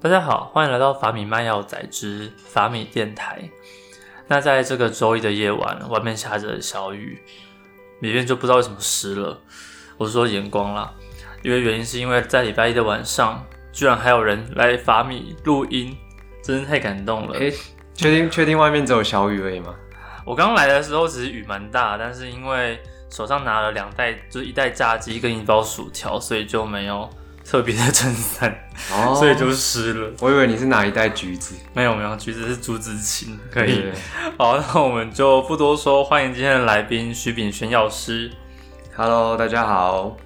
大家好，欢迎来到法米卖药仔之法米电台。那在这个周一的夜晚，外面下着小雨，里面就不知道为什么湿了。我是说眼光啦，因为原因是因为在礼拜一的晚上，居然还有人来法米录音，真是太感动了。哎、确定确定外面只有小雨而已吗？我刚来的时候只是雨蛮大，但是因为手上拿了两袋，就是一袋炸鸡跟一包薯条，所以就没有特别的撑伞，哦所以就湿了。我以为你是哪一袋橘子，没有没有，橘子是朱自清，可可以。好，那我们就不多说，欢迎今天的来宾徐炳轩药师。 Hello，大家好，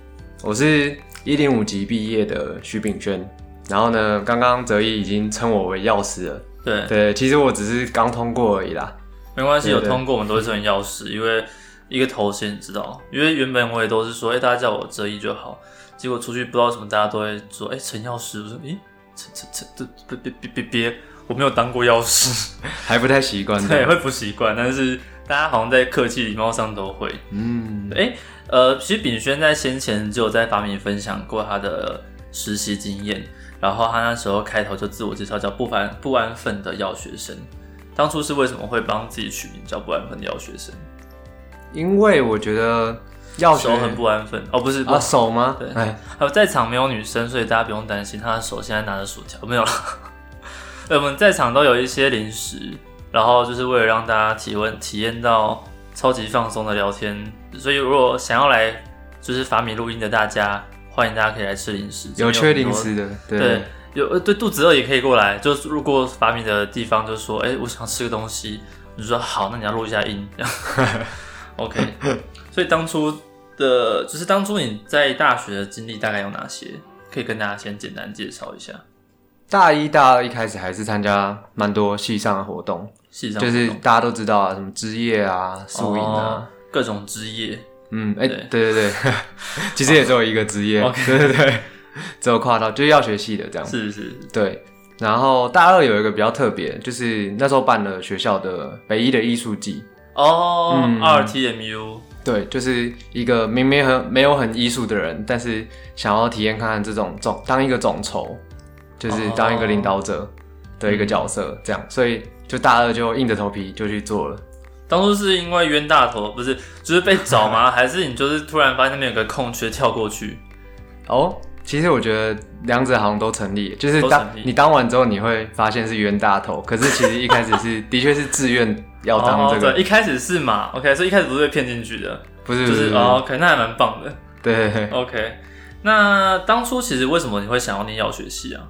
我是一零五级毕业的徐炳轩。然后呢，刚刚泽一已经称我为药师了。对，对，其实我只是刚通过而已啦。没关系，对有对通过我们都会称为药师，因为一个头衔你知道，因为原本我也都是说，哎、大家叫我哲一就好。结果出去不知道为什么，大家都会说，哎、陈药师，我说，诶、陈陈陈，这别别别别别，我没有当过药师， 还不太习惯。对，，会不习惯。但是大家好像在客气礼貌上都会。嗯，哎、呃，其实炳轩在先前就有在法米分享过他的实习经验，然后他那时候开头就自我介绍叫不凡不安分的药学生。当初是为什么会帮自己取名叫不安分的药学生？因为我觉得药学手很不安分哦，不是，不啊是，手吗？对哎， 还呃有在场没有女生，所以大家不用担心，他的手现在拿着薯条没有了。 对我们在场都有一些零食，然后就是为了让大家体温体验到超级放松的聊天，所以如果想要来就是法米录音的大家，欢迎大家可以来吃零食，有缺零这边食的，有很多。对，有呃对肚子饿也可以过来，就是路过法米的地方就说，哎、我想吃个东西，你就说好，那你要录一下 音，这样 OK。所以当初的，就是当初你在大学的经历大概有哪些？可以跟大家先简单介绍一下。大一、大二一开始还是参加蛮多系上的活动，系上就是活动大家都知道啊，什么枝叶啊、树影啊，哦各种枝叶，嗯，哎、对哦对对对， 其实也只有一个职 业， OK 对对对， 只有跨到就是药学系的这样，是是对。然后大二有一个比较特别，就是那时候办了学校的北一的艺术季，哦嗯，RTMU 对，就是一个明明很没有很艺术的人，但是想要体验看看这种总当一个总筹，就是当一个领导者的一哦个角色、这样，所以就大二就硬着头皮就去做了。当初是因为冤大头，不是就是被找 吗？还是你就是突然发现那边有个空缺跳过去？哦，其实我觉得两者好像都成立，就是都当成立你当完之后，你会发现是冤大头，可是其实一开 始是的确是自愿要当这哦，对，个，一开始是嘛，OK，所以一开始不是被骗进去的，不是就不是是哦，OK，那还蛮棒的对对对， ，OK。那当初其实为什么你会想要念药学系啊？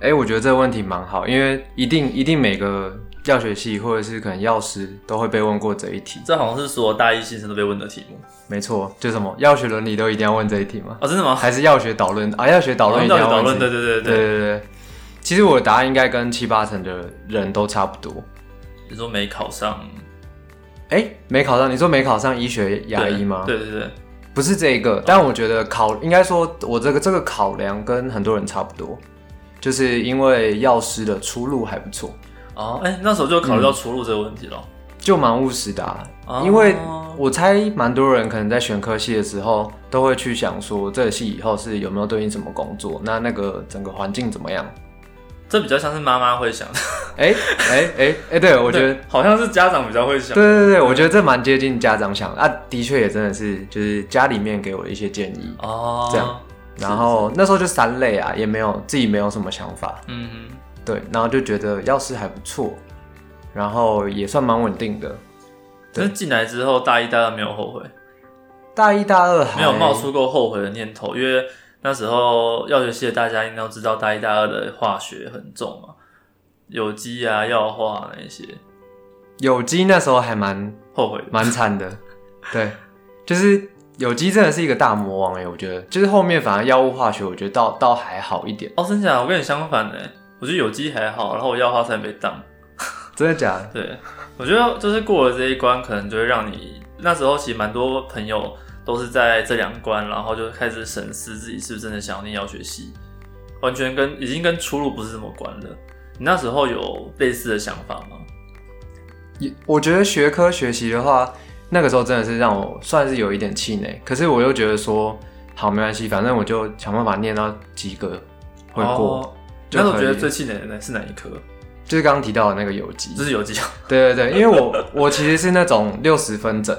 哎、我觉得这个问题蛮好，因为一定一定每个药学系或者是可能药师都会被问过这一题，这好像是所有大一新生都被问的题目没错，就什么药学伦理都一定要问这一题吗？哦，真的吗？还是药学导论啊？药学导论一定到底要讨问论，这对一题对对对对，对对对。其实我的答案应该跟七八成的人都差不多。你说没考上哎、没考上，你说没考上医学牙医吗？对对对对，不是这一哦个，但我觉得考应该说，我这个这个考量跟很多人差不多，就是因为药师的出路还不错，哦，哎，那时候就考虑嗯到出路这个问题了，就蛮务实的、啊。哦因为我猜蛮多人可能在选科系的时候，都会去想说这个系以后是有没有对应什么工作，那那个整个环境怎 么样？这比较像是妈妈会想的，哎哎哎哎，对我我觉得 好像是家长比较会想对，对对，我觉得这蛮接近家长想的啊，的确也真的是，就是家里面给我的一些建议，哦，这样，然后那时候就三类啊，也没有自己没有什么想法，嗯哼。对，然后就觉得药师还不错，然后也算蛮稳定的，但是进来之后，大一、大二没有后悔，大一大二还没有冒，出过后悔的念头，因为那时候药学系的大家应该都知道，大一、大二的化学很重嘛，有机啊、药化啊那一些，有机那时候还蛮后悔的。蛮惨的，对，就是有机真的是一个大魔王哎、我觉得，就是后面反而药物化学，我觉得倒倒还好一点，哦，真假的？我跟你相反呢、我觉得有机还好，然后我药化才被当。真的假的？对，我觉得就是过了这一关，可能就会让你那时候其实蛮多朋友都是在这两关，然后就开始审视自己是不是真的想要念药学系，完全跟已经跟出路不是这么关了。你那时候有类似的想法吗？也我觉得学科学习的话，那个时候真的是让我算是有一点气馁。可是我又觉得说，好没关系，反正我就想办法念到及格会过。哦但就我是可觉得以，最气馁的那是哪一科？就是刚刚提到的那个有机，就是有啊机。对对对，因为我我其实是那种六十分整，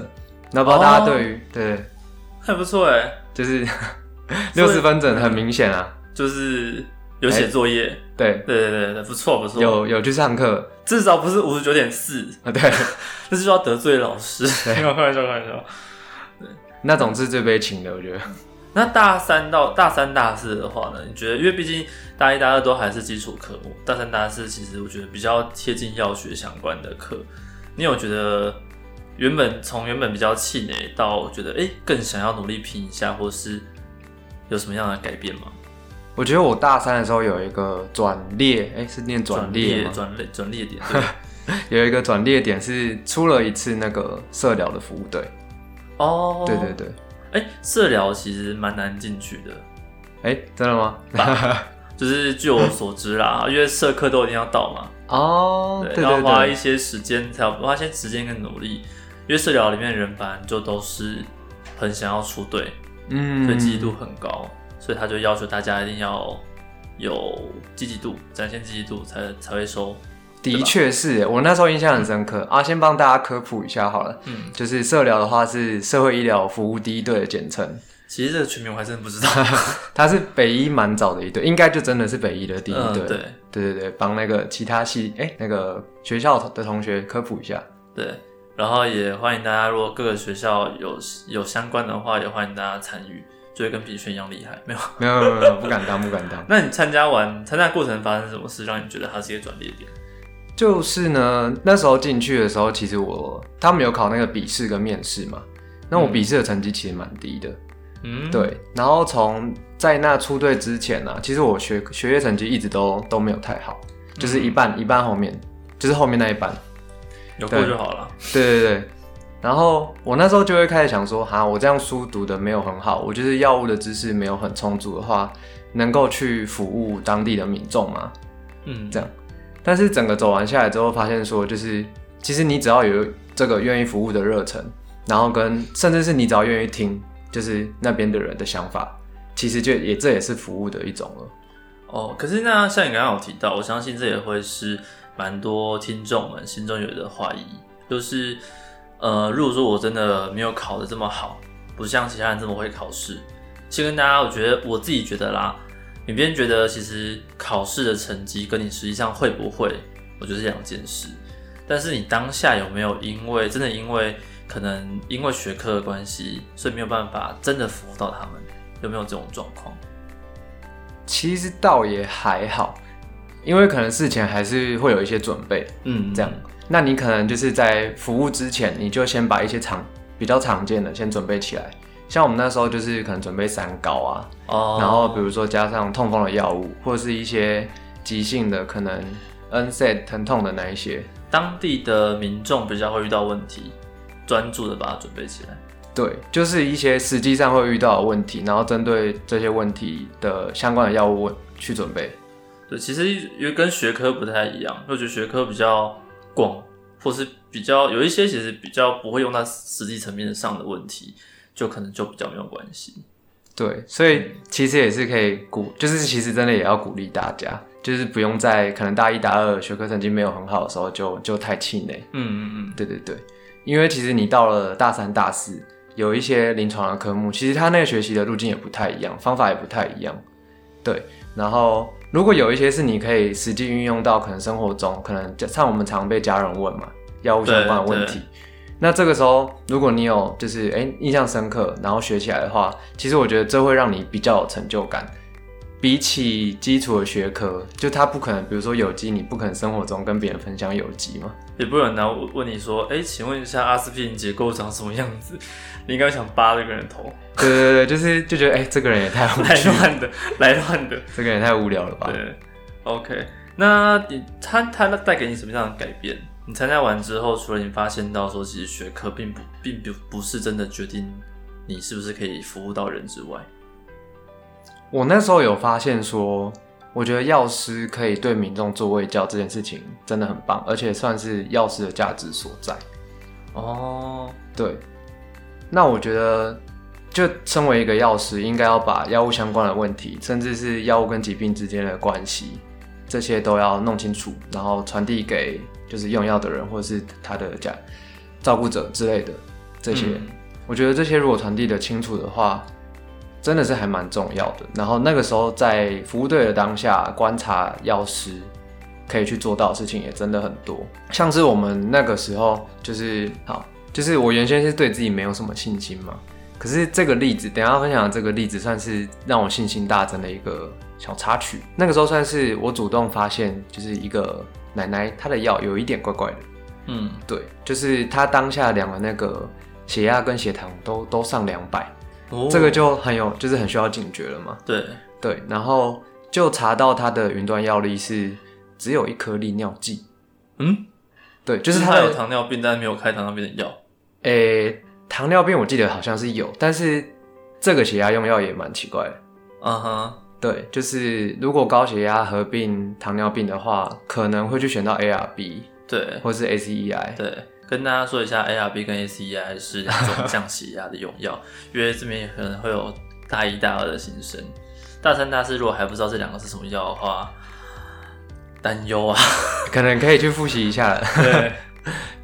那不知道大家对哦于、对， 还不错哎，就是 所以六十分整很明显啊，就是有写作业，对，对对对对，不错不错，有有去上课 至少不是五十九点四，啊，对，那是要得罪老师。没对有 开玩笑，开玩笑。那种是最悲情的，我觉得。那大三到大三、大四的话呢？你觉得，因为毕竟大一、大二都还是基础科目，大三、大四其实我觉得比较贴近药学相关的课。你有觉得原本从原本比较气馁到觉得哎、诶更想要努力拼一下，或是有什么样的改变吗？我觉得我大三的时候有一个转裂，哎、是念转裂裂、吗？转裂、转裂点， 对有一个转裂点是出了一次那个社疗的服务队，哦，对对对，哎、社疗其实蛮难进去的，哎、真 的吗？就是据我所知啦，因为社课都一定要到嘛，哦，对，对然后对花一对，些时间，才有花一些时间跟努力。因为社疗里面的人本来就都是很想要出队，嗯所以积极度很高，所以他就要求大家一定要有积极度，展现积极度才才会收。的确是耶，我那时候印象很深刻啊。先帮大家科普一下好了，嗯，就是社疗的话是社会医疗服务第一队的简称，其实这个全名我还真不 知道。它是北医蛮早的一队，应该就真的是北医的第一嗯，队。对对对对，帮那个其他系哎、那个学校的同学科普一下。对。然后也欢迎大家，如果各个学校有有相关的话，也欢迎大家参与，就会跟品轩一样厉害。没有？ 没有没有没有，不敢当不敢当。 那你参加完参加过程发生什么事，让你觉得它是一个转捩点？就是呢，那时候进去的时候，其实我他们有考那个笔试跟面试嘛，那我笔试的成绩其实蛮低的，嗯，，对。然后从在那出队之前呢、啊，其实我学学业成绩一直都都没有太好，就是嗯一半、一半后面，就是后面那一半，有过对就好了。对对对。然后我那时候就会开始想说，哈，我这样书读的没有很好，我就是药物的知识没有很充足的话，能够去服务当地的民众吗？嗯，这样但是整个走完下来之后，发现说，就是其实你只要有这个愿意服务的热忱，然后跟甚至是你只要愿意听，就是那边的人的想法，其实就也这也是服务的一种了。哦，可是那像你刚刚有提到，我相信这也会是蛮多听众们心中有的话题，就是呃，如果说我真的没有考的这么好，不像其他人这么会考试，先跟大家，我觉得我自己觉得啦，你别人觉得其实考试的成绩跟你实际上会不会，我觉得是两件事。但是你当下有没有因为真的因为可能因为学科的关系，所以没有办法真的服务到他们，有没有这种状况？其实倒也还好，因为可能事前还是会有一些准备，嗯，这样。那你可能就是在服务之前，你就先把一些常比较常见的先准备起来。像我们那时候就是可能准备三高啊，哦，然后比如说加上痛风的药物，或是一些急性的可能 NSAID 疼痛的那一些，当地的民众比较会遇到问题，专注的把它准备起来。对，就是一些实际上会遇到的问题，然后针对这些问题的相关的药物去准备。对，其实因为跟学科不太一样，因为我觉得学科比较广，或是比较有一些其实比较不会用到实际层面上的问题，就可能就比较没有关系。对，所以其实也是可以鼓，就是其实真的也要鼓励大家，就是不用在可能大一、大二学科成绩没有很好的时候就就太气馁。嗯嗯嗯，对对对，因为其实你到了大三、大四，有一些临床的科目，其实它那个学习的路径也不太一样，方法也不太一样。对，然后如果有一些是你可以实际运用到可能生活中，可能像我们常被家人问嘛，药物相关的问题。那这个时候，如果你有就是哎、印象深刻，然后学起来的话，其实我觉得这会让你比较有成就感。比起基础的学科，就它不可能，比如说有机，你不可能生活中跟别人分享有机嘛。也不能来问你说，哎、请问一下阿司匹林结构长什么样子？ 你应该想扒这个人头， 对对对，就是就觉得哎、这个人也太无来趣，乱的，来乱的。这个人也太无聊了吧？对，OK，那你他他带给你什么样的改变？你参加完之后，除了你发现到说，其实学科并不并不不是真的决定你是不是可以服务到人之外，我那时候有发现说，我觉得药师可以对民众做卫教这件事情真的很棒，而且算是药师的价值所在。哦，对，那我觉得，就身为一个药师，应该要把药物相关的问题，甚至是药物跟疾病之间的关系，这些都要弄清楚，然后传递给就是用药的人或者是他的家照顾者之类的这些。嗯我觉得这些如果传递的清楚的话，真的是还蛮重要的。然后那个时候在服务队的当下，观察药师可以去做到的事情也真的很多。像是我们那个时候，就是好，就是我原先是对自己没有什么信心嘛。可是这个例子，等一下分享的这个例子，算是让我信心大增的一个小插曲。那个时候算是我主动发现，就是一个奶奶她的药有一点怪怪的。嗯对，就是她当下量的那个血压跟血糖都都上两百、哦这个就很有，就是很需要警觉了嘛。对，对，然后就查到她的云端药粒是只有一颗利尿剂。嗯，对，就就是是她他有的糖尿病，但没有开糖尿病的药。诶、糖尿病，我记得好像是有，但是这个血压用药也蛮奇怪的。嗯哼，对，就是如果高血压合并糖尿病的话，可能会去选到 ARB 对或是 E ACEI。对，跟大家说一下，ARB 跟 ACEI 是两 种降血压的用药，因为这边也可能会有大一、大二的新生，大三、大四如果还不知道这两个是什么药的话，担忧啊。可能可以去复习一下了。对，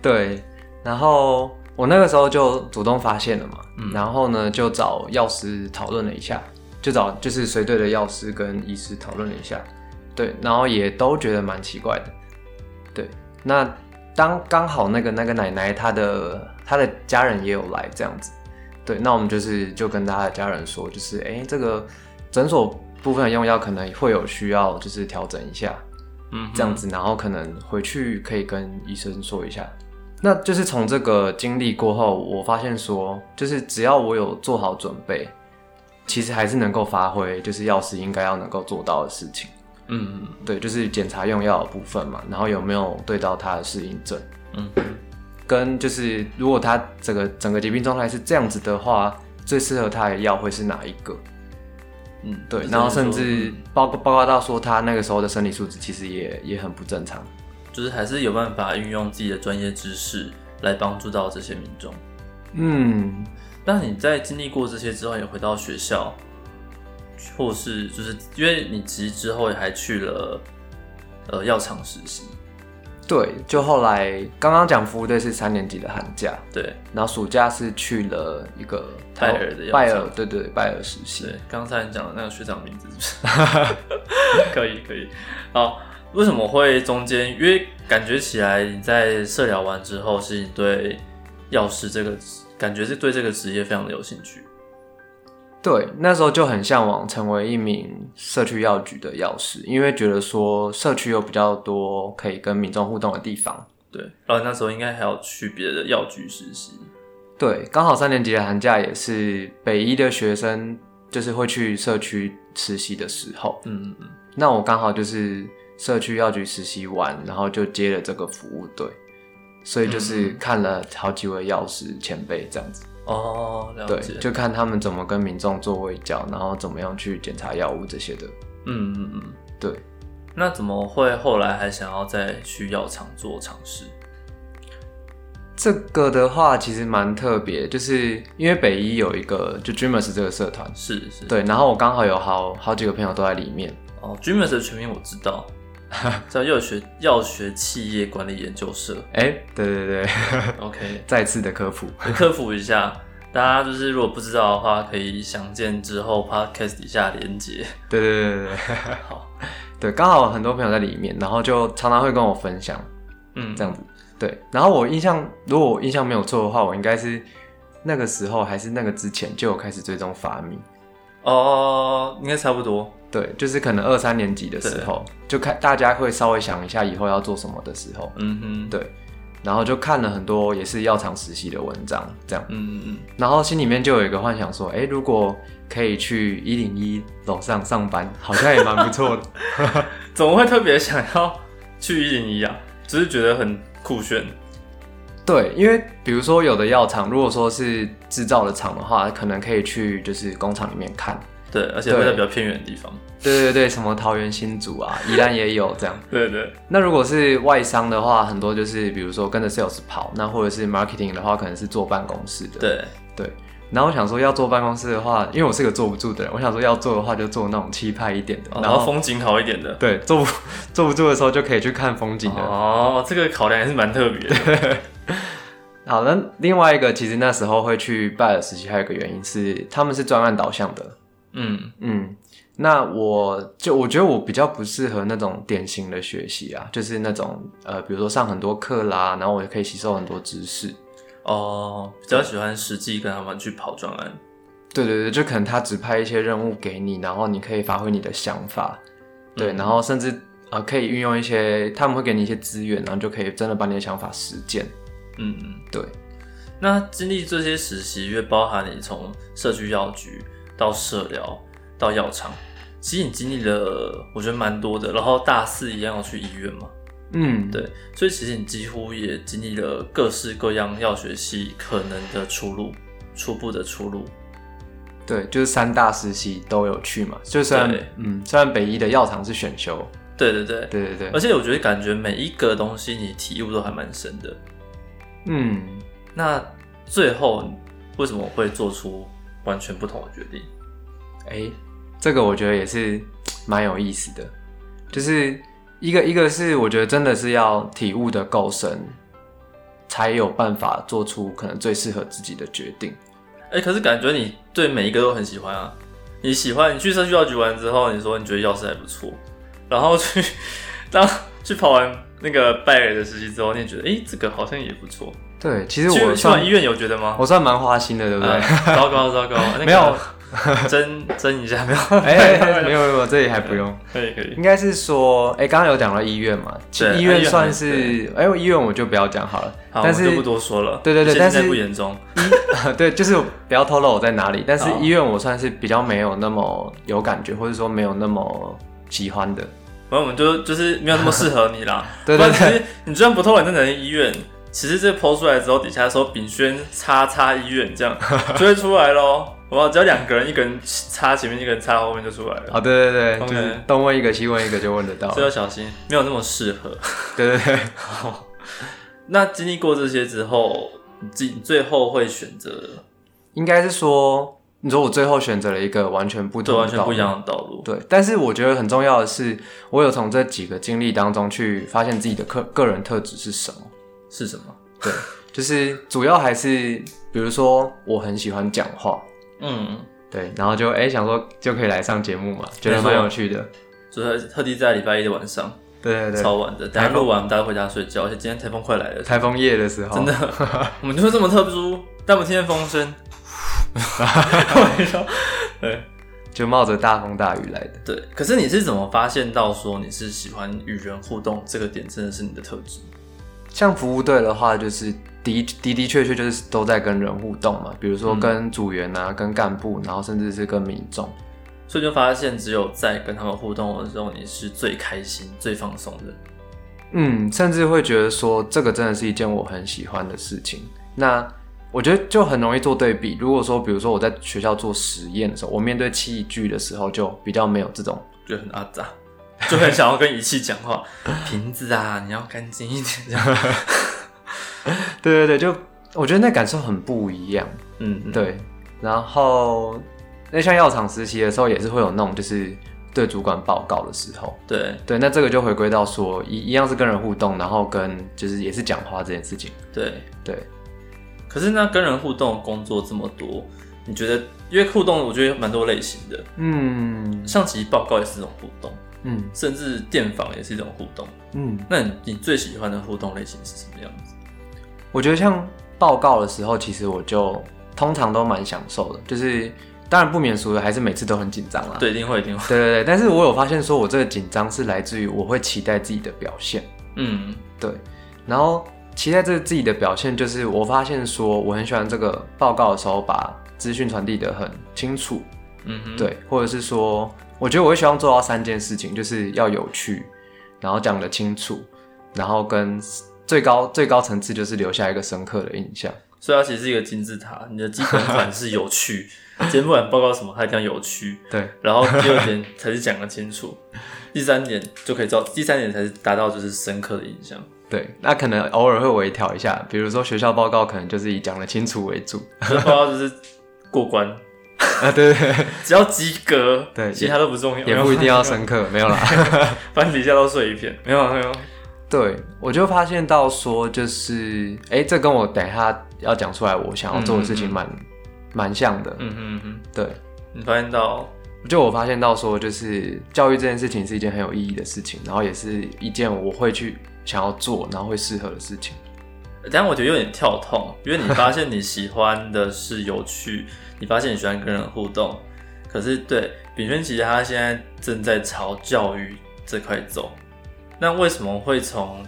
对，然后我那个时候就主动发现了嘛，嗯然后呢就找药师讨论了一下，就找就是随队的药师跟医师讨论了一下，对，然后也都觉得蛮奇怪的。对，那当刚好那个那个奶奶她的她的家人也有来这样子，对，那我们就是就跟她的家人说，就是哎、诶这个诊所部分的用药可能会有需要，就是调整一下， 嗯，这样，子，然后可能回去可以跟医生说一下。那就是从这个经历过后，我发现说，就是只要我有做好准备，其实还是能够发挥，就是药师应该要能够做到的事情。嗯对，就是检查用药的部分嘛，然后有没有对到他的适应症，嗯，跟就是如果他整个整个疾病状态是这样子的话，最适合他的药会是哪一个？嗯，对，就是然后甚说至嗯包括包括到说他那个时候的生理素质其实也也很不正常。就是还是有办法运用自己的专业知识来帮助到这些民众。嗯，那你在经历过这些之后，也回到学校，或是就是因为你其实之后也还去了呃药厂实习，对，就后来刚刚讲服务队是三年级的寒假，对然后暑假是去了一个哦拜耳的药拜厂尔，对对对拜尔实习。对，刚才你讲的那个学长名字是 不是？可以可以，好。为什么会中间？因为感觉起来你在社聊完之后，是你对药师这个感觉是对这个职业非常的有兴趣。对，那时候就很向往成为一名社区药局的药师，因为觉得说社区有比较多可以跟民众互动的地方。对，然后你那时候应该还要去别的药局实习。对，刚好三年级的寒假也是北医的学生就是会去社区实习的时候，嗯嗯那我刚好就是社区药局实习完，然后就接了这个服务队，所以就是看了好几位药师前辈这样子，嗯，哦，了对解，。就看他们怎么跟民众做卫教，然后怎么样去检查药物这些的，嗯嗯嗯。对。那怎么会后来还想要再去药厂做尝试？这个的话其实蛮特别，就是因为北医有一个就 Dreamers 这个社团，是是，对，然后我刚好有好好几个朋友都在里面，哦，Dreamers 的全名我知道， 叫药学药学企业管理研究社。哎、对对对， OK，再次的科普，科普一下，大家就是如果不知道的话，可以详见之后 Podcast 底下连接。对对对对 对，好，对，刚好很多朋友在里面，然后就常常会跟我分享，嗯，这样子。对，然后我印象，如果我印象没有错的话，我应该是那个时候还是那个之前就有开始追踪法米。哦，应该差不多。对，就是可能二三年级的时候，就看大家会稍微想一下以后要做什么的时候，嗯哼，对，然后就看了很多也是药厂实习的文章，这样，嗯嗯嗯。然后心里面就有一个幻想说，哎、如果可以去一零一楼上上班，好像也蛮不错的。 怎么会特别想要 去一零一啊？只是觉得很酷炫。对，因为比如说有的药厂，如果说是制造的厂的话，可能可以去就是工厂里面看，对，而且会在对比较偏远的地方。对对对，什么桃园新竹啊，宜兰也有这样。对对，那如果是外商的话，很多就是比如说跟着 sales 跑，那或者是 marketing 的话，可能是坐办公室的。对，对然后我想说要坐办公室的话，因为我是个坐不住的人，我想说要坐的话就坐那种气派一点的，哦然然后后风景好一点的。对坐不 坐不住的时候就可以去看风景的。哦，这个考量还是蛮特别的。好，那另外一个其实那时候会去拜耳时期，还有一个原因是他们是专案导向的，嗯，嗯，那我就我觉得我比较不适合那种典型的学习啊，就是那种呃，比如说上很多课啦，然后我也可以吸收很多知识。哦，比较喜欢实际跟他们去跑专案。对对对，就可能他只派一些任务给你，然后你可以发挥你的想法，对，嗯然后甚至呃可以运用一些他们会给你一些资源，然后就可以真的把你的想法实践。嗯，嗯对。那经历这些实习，约包含你从社区药局到社疗到药厂，其实你经历了我觉得蛮多的。然后大四一样要去医院嘛，嗯，对，所以其实你几乎也经历了各式各样药学系可能的出路，初步的出路。对，就是三大实习都有去嘛，就虽然对嗯，虽然北医的药厂是选修，对对对，对对而对，且我觉得感觉每一个东西你体悟都还蛮深的。嗯。那最后为什么会做出完全不同的决定？哎、这个我觉得也是蛮有意思的，就是一个一个是我觉得真的是要体悟的够深，才有办法做出可能最适合自己的决定。哎、可是感觉你对每一个都很喜欢啊！你喜欢你去社区药局玩之后，你说你觉得药师还不错，然后去当去跑完那个拜耳的实习之后，你也觉得哎、诶这个好像也不错。对，其实去我去完算医院有觉得吗？我算蛮花心的，对不对？啊糟糕糟糕，那个没有，争争一下没有？ 哎、啊哎没有没有，这里还不用。可以可以应该是说，哎、刚刚有讲到医院嘛，其对医医院院算还是，哎、医院我就不要讲好了。好，但我就是不多说了。对对对现但在是不严重。 对，就是不要透露我在哪里。但是哦医院我算是比较没有那么有感觉，或者说没有那么喜欢的。。反正我们就就是没有那么适合你啦对对不然 其实你就算不偷懒在哪间医院，其实这抛出来之后，底下说炳轩叉叉医院 这样就会出来咯。我只要两个人，一个人叉前面，一个人叉后面就出来了，啊，对对对， OK 就是东问一个西问一个就问得到所以，要小心，没有那么适合。对对对。那经历过这些之后，你自己你最后会选择应该是说，你说我最后选择了一个完全不对同的完全不一道样的道路路，。对。但是我觉得很重要的是，我有从这几个经历当中去发现自己的个个人特质是什么。是什么？就是主要还是，比如说我很喜欢讲话，嗯，对，然后就哎、想说就可以来上节目嘛，觉得没错蛮有趣的。就是特地在礼拜一的晚上，对对对，超晚的，等下录完大家回家睡觉，而且今天台风快来了，台风夜的时候，真 的，我们就是这么特殊，但我们听见风声，我跟你说对就冒着大风大雨来的。对。可是你是怎么发现到说你是喜欢与人互动这个点，真的是你的特质？像服务队的话，就是的的的确确就是都在跟人互动嘛，比如说跟组员啊、跟干部，然后甚至是跟民众。所以就发现，只有在跟他们互动的时候，你是最开心、最放松的。嗯，甚至会觉得说这个真的是一件我很喜欢的事情。那我觉得就很容易做对比。如果说，比如说我在学校做实验的时候，我面对器具的时候，就比较没有这种。就很阿 杂，就很想要跟仪器讲话。瓶子啊，你要干净一点。这样， 对对对，就我觉得那感受很不一样。嗯，对，然后那像药厂实习的时候，也是会有那种就是对主管报告的时候。对对，那这个就回归到说一一样是跟人互动，然后跟就是也是讲话这件事情。对。对，可是那跟人互动工作这么多，你觉得？因为互动，我觉得有蛮多类型的，嗯上级报告也是一种互动，嗯甚至电访也是一种互动。嗯，那你你最喜欢的互动类型是什么样子？我觉得像报告的时候，其实我就通常都蛮享受的，就是当然不免俗的，还是每次都很紧张啦。对，一定会，一定会。对对对，但是我有发现说，我这个紧张是来自于我会期待自己的表现，嗯，对，然后期待这自己的表现，就是我发现说我很喜欢这个报告的时候，把资讯传递的很清楚，嗯哼，，对，或者是说，我觉得我会希望做到三件事情，就是要有趣，然后讲得清楚，然后跟最高最高层次就是留下一个深刻的印象。所以它其实是一个金字塔，你的基本款是有趣， 今天不管报告什么，它一定要有趣。对，然后第二点才是讲得清楚， 第三点就可以造，第三点才是达到就是深刻的印象。对，那可能偶尔会微调一下，比如说学校报告可能就是以讲得清楚为主。这报告就是过关， 啊，对对对，只要及格，对其他都不重要，也不一定要没有，深刻，没有啦。反正底下都碎一片，没啊有没有，对，我就发现到说，就是哎、诶这跟我等一下要讲出来我想要做的事情蛮蛮、像的。嗯嗯嗯，对，你发现到，就我发现到说，就是教育这件事情是一件很有意义的事情，然后也是一件我会去想要做，然后会适合的事情。但我觉得有点跳痛，因为你发现你喜欢的是有趣，你发现你喜欢跟人互动，可是对秉轩其实他现在正在朝教育这块走，那为什么会从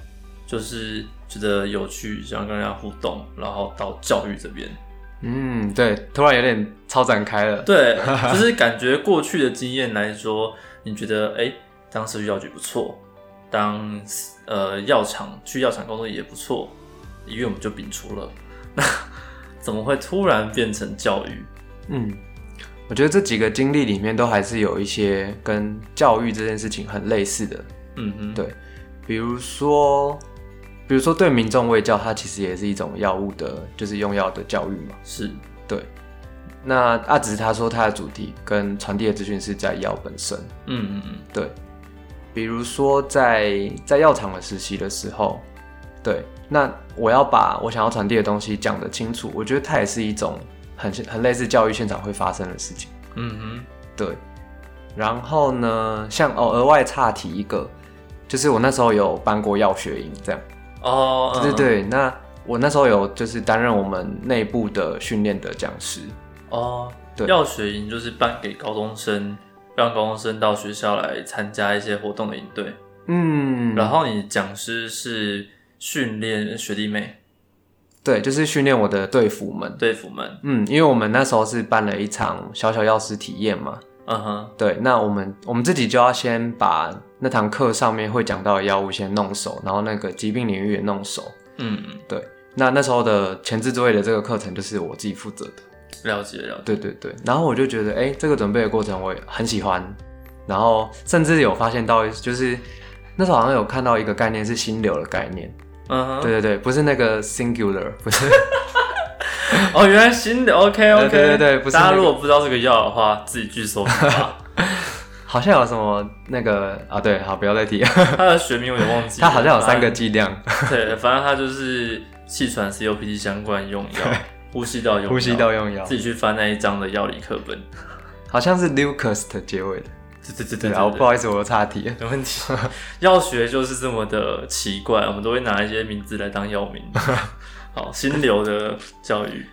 就是觉得有趣，想要跟人家互动，然后到教育这边？嗯，对，突然有点超展开了。对，就是感觉过去的经验来说，你觉得哎、诶当社区药局不错，当呃药厂去药厂工作也不错，医院我们就摒除了。那怎么会突然变成教育？嗯，我觉得这几个经历里面都还是有一些跟教育这件事情很类似的嗯哼，对比如说，比如说对民众卫教，它其实也是一种药物的，就是用药的教育嘛。是，对，那阿直他说他的主题跟传递的资讯是在药本身。嗯嗯嗯，对，比如说在在药厂的实习的时候，对，那我要把我想要传递的东西讲得清楚，我觉得它也是一种很很类似教育现场会发生的事情。嗯哼，对，然后呢，像哦，额外岔题一个，就是我那时候有办过药学营，这样。哦，嗯对对，对，那我那时候有就是担任我们内部的训练的讲师，哦，对药学营就是办给高中生，让高中生到学校来参加一些活动的营队，嗯，然后你讲师是训练学弟妹对，就是训练我的队服们，队服们，嗯，因为我们那时候是办了一场小小药师体验嘛，嗯哼，对，那我们我们自己就要先把那堂课上面会讲到的药物先弄熟，然后那个疾病领域也弄熟，嗯嗯。对，那那时候的前置作业的这个课程就是我自己负责的。了解了解，对对对，然后我就觉得，哎、这个准备的过程我也很喜欢，然后甚至有发现到，就是那时候好像有看到一个概念是心流的概念，嗯哼，对对对，不是那个 singular，不是， 哦，原来新的，OK 对 OK，对对不是大家那个如果不知道这个药的话，自己去搜寻 吧。好像有什么那个啊，对，好，不要再提，它的学名我也忘记了， 它好像有 三个剂量，反正，对，反正它就是气喘 COPD 相关用药，呼吸道用药，呼吸道用药自，己去翻那一张的药理课本。好像是 Lucas 的结尾的，对对对对对对啊，我不好意思，我又岔题了，没问题。药学就是这么的奇怪，我们都会拿一些名字来当药 名。好，心流的教育，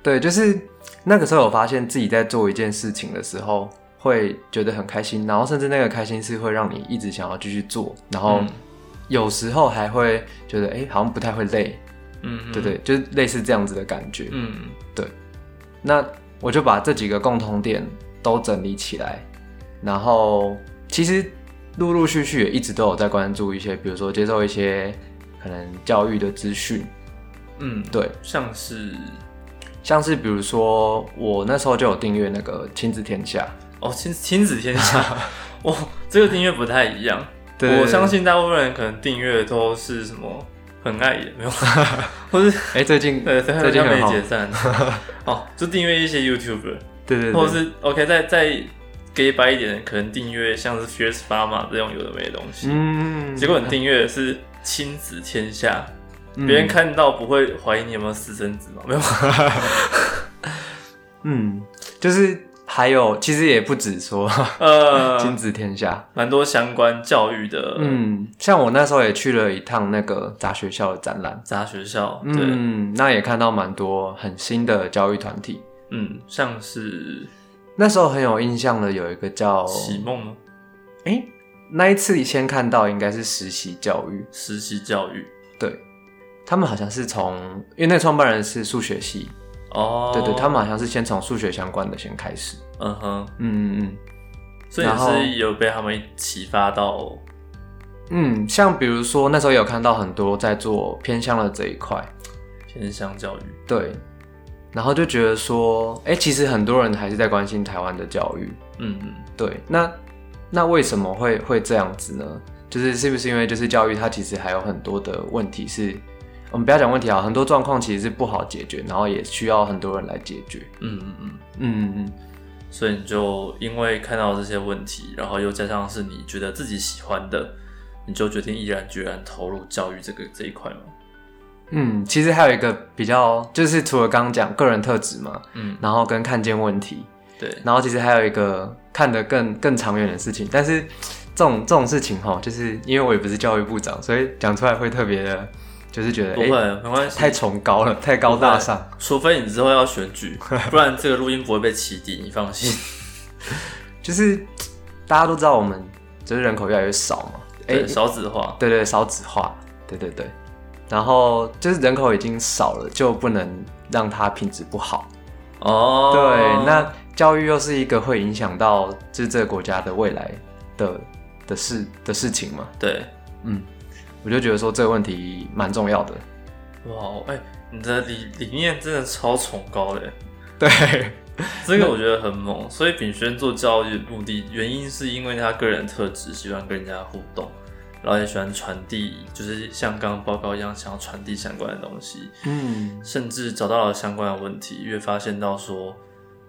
对，就是那个时候有发现自己在做一件事情的时候。会觉得很开心，然后甚至那个开心是会让你一直想要继续做，然后嗯有时候还会觉得，哎、好像不太会累，嗯哼对，对，就是类似这样子的感觉。嗯，那我就把这几个共同点都整理起来，然后其实陆陆续续也一直都有在关注一些，比如说接受一些可能教育的资讯，嗯，对，像是像是比如说我那时候就有订阅那个亲子天下，哦，亲亲子天 下，哇，这个订阅不太一样。对对我对相信大部分人可能订阅都是什么很爱也没 有，或是哎、最近对最对，近像很没好，解散，哦，就订阅一些 YouTuber，对对或对，是 OK 再再 gay 白一点，可能订阅像是 Fierce Mama 这种有的没的东西。嗯结果你订阅的是亲子天下，嗯别人看到不会怀疑你有没有私生子吗？没有， 嗯，就是还有其实也不 止说亲呃，子天下，蛮多相关教育的嗯，像我那时候也去了一趟那个杂学校的展览，杂学校，对，嗯，那也看到蛮多很新的教育团体。嗯，像是那时候很有印象的有一个叫，启梦吗？哎、那一次先看到应该是实习教育，实习教育对他们好像是从，因为那个创办人是数学系，哦，对对，他们好像是先从数学相关的先开始，嗯哼，嗯嗯嗯。所以然后你是有被他们启发到，嗯，像比如说那时候有看到很多在做偏向的这一块，偏向教育，对，然后就觉得说，哎、其实很多人还是在关心台湾的教育，嗯嗯对，那那为什么会会这样子呢？就是是不是因为就是教育它其实还有很多的问题是我们不要讲问题啊，很多状况其实是不好解决，然后也需要很多人来解决。嗯嗯嗯，嗯嗯嗯，所以你就因为看到这些问题，然后又加上是你觉得自己喜欢的，你就决定毅然决然投入教育这个这一块嘛。嗯，其实还有一个比较，就是除了刚刚讲个人特质嘛，嗯，然后跟看见问题，对，然后其实还有一个看得更更长远的事情，但是这种这种事情哈，就是因为我也不是教育部长，所以讲出来会特别的，就是觉得不哎、会，没关系，太崇高了，太高大上。除非你之后要选举，不然这个录音不会被起底，你放心。就是大家都知道我们就是人口越来越少嘛，哎、对，少子化，对对，少子化，对对对。然后就是人口已经少了，就不能让它品质不好。哦，对，那教育又是一个会影响到就是这个国家的未来的的事的事情嘛。对，嗯，我就觉得说这个问题蛮重要的。哇，哎、你的理理念真的超崇高的，对，这个我觉得很猛。所以炳轩做教育的目的原因是因为他个人特质喜欢跟人家互动，然后也喜欢传递，就是像刚刚报告一样，想要传递相关的东西，嗯甚至找到了相关的问题，越发现到说，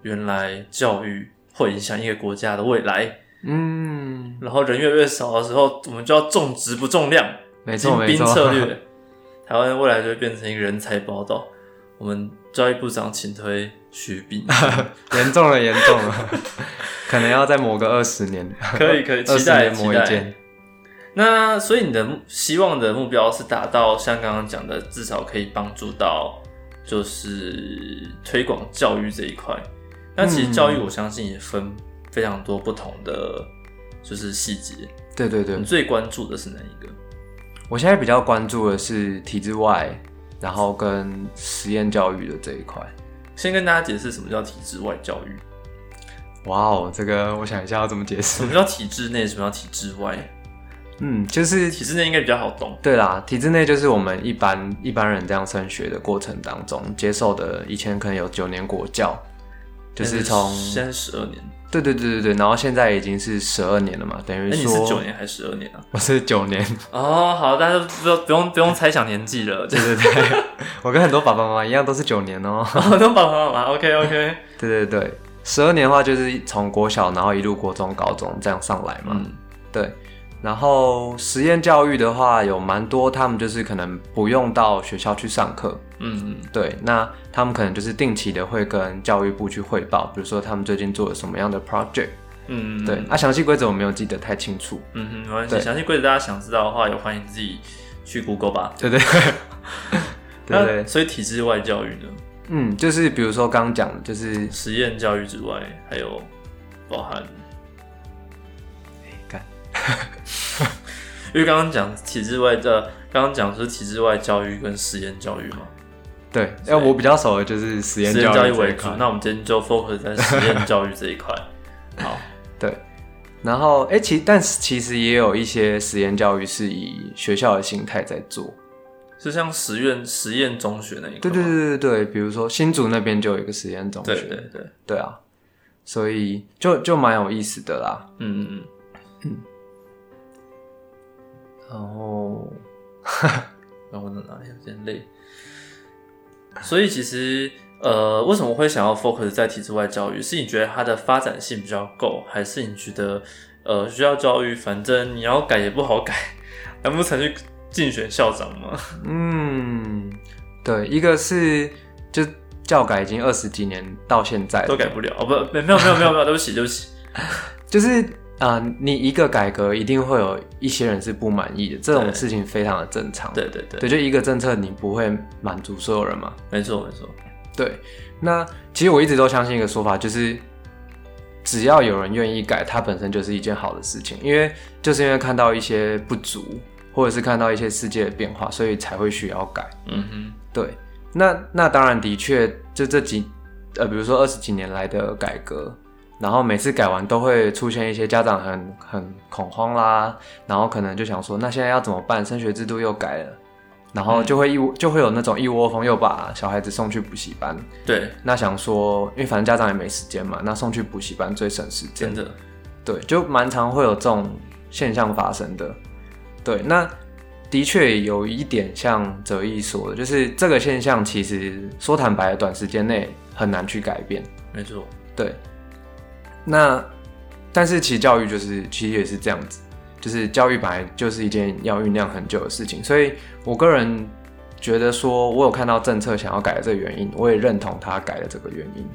原来教育会影响一个国家的未来。嗯，然后人越来越少的时候，我们就要重质不重量，没错精没兵错，策略，台湾未来就会变成一个人才宝岛。我们教育部长请推徐 斌， 严重了严重了，可能要再磨个二十年，可以可以，二期十待年期磨一待。剑。那所以你的目希望的目标是达到像刚刚讲的，至少可以帮助到就是推广教育这一块。那其实嗯教育我相信也分非常多不同的就是细节，对对对你，最关注的是哪一个？我现在比较关注的是体制外，然后跟实验教育的这一块。先跟大家解释什么叫体制外教育，哇哦，这个我想一下要怎么解什释。么叫体制内，什么叫体制外。嗯，就是体制内应该比较好懂。对啦，体制内就是我们一般一般人这样升学的过程当中接受的，以前可能有九年国教，就是从现在十二年，对对对对对，然后现在已经是十二年了嘛，等哎、于你说是九年还是十二年啊？ 我是九年， 哦，好，大家不用不用不用猜想年纪了，就是对对对， 我跟很多爸爸妈妈一样都是九年哦、 哦，都爸爸妈妈，OK OK，对对对，十二年的话就是从国小，然后一路国中、高中这样上来嘛。嗯，对，然后实验教育的话，有蛮多他们就是可能不用到学校去上课，嗯对，那他们可能就是定期的会跟教育部去汇报，比如说他们最近做了什么样的 project，嗯，对，啊，详细规则我没有记得太 清楚，嗯哼，没关系。对详细规则大家想知道的话，也欢迎自己去 Google 吧。 对对对那对，所以体制外教育呢，嗯，就是比如说刚刚讲的，就是实验教育之外，还有包含干，因为刚刚讲体制外的，刚刚讲是体制外教育跟实验教育嘛，对，哎，我比较熟的就是实验实验教育这一为主块。那我们今天就 focus 在实验教育这一 块。好，对，然后哎、诶其但是其实也有一些实验教育是以学校的形态在做。是像实验实验中学那一个对吗，对对对对，比如说新竹那边就有一个实验中学，对对对，对啊，所以就就蛮有意思的啦。嗯嗯然哦后嗯，然后我哪里有点累，所以其实呃，为什么会想要 focus 在体制外教育？是你觉得它的发展性比较够，还是你觉得呃学校教育反正你要改也不好改， 难不成去竞选校长 吗？嗯，对，一个是就教改已经二十几年到现在了都改不了哦，不，没没有没有没有没有，对不起对不起，就是啊、呃你一个改革一定会有一些人是不满意的，这种对事情非常的正常。对对对，对，就一个政策你不会满足所有人嘛，没错没错，对，那其实我一直都相信一个说法，就是只要有人愿意改，它本身就是一件好的事情，因为就是因为看到一些不足，或者是看到一些世界的变化，所以才会需要改。嗯哼。对，那那当然的确，就这几呃，比如说二十几年来的改革，然后每次改完都会出现一些家长很很恐慌啦，然后可能就想说，那现在要怎么办？升学制度又改了。然后就会一窝就会有那种一窝蜂又把小孩子送去补习班，对，那想说，因为反正家长也没时间嘛，那送去补习班最省时间真。的，对，就蛮常会有这种现象发生的。对，那的确有一点像哲一说的，就是这个现象其实说坦白，短时间内很难去改变。没错，对，那但是其实教育就是其实也是这样子，就是教育本来就是一件要酝酿很久的事情，所以我个人觉得说，我有看到政策想要改的这个原因，我也认同他改的这个原因。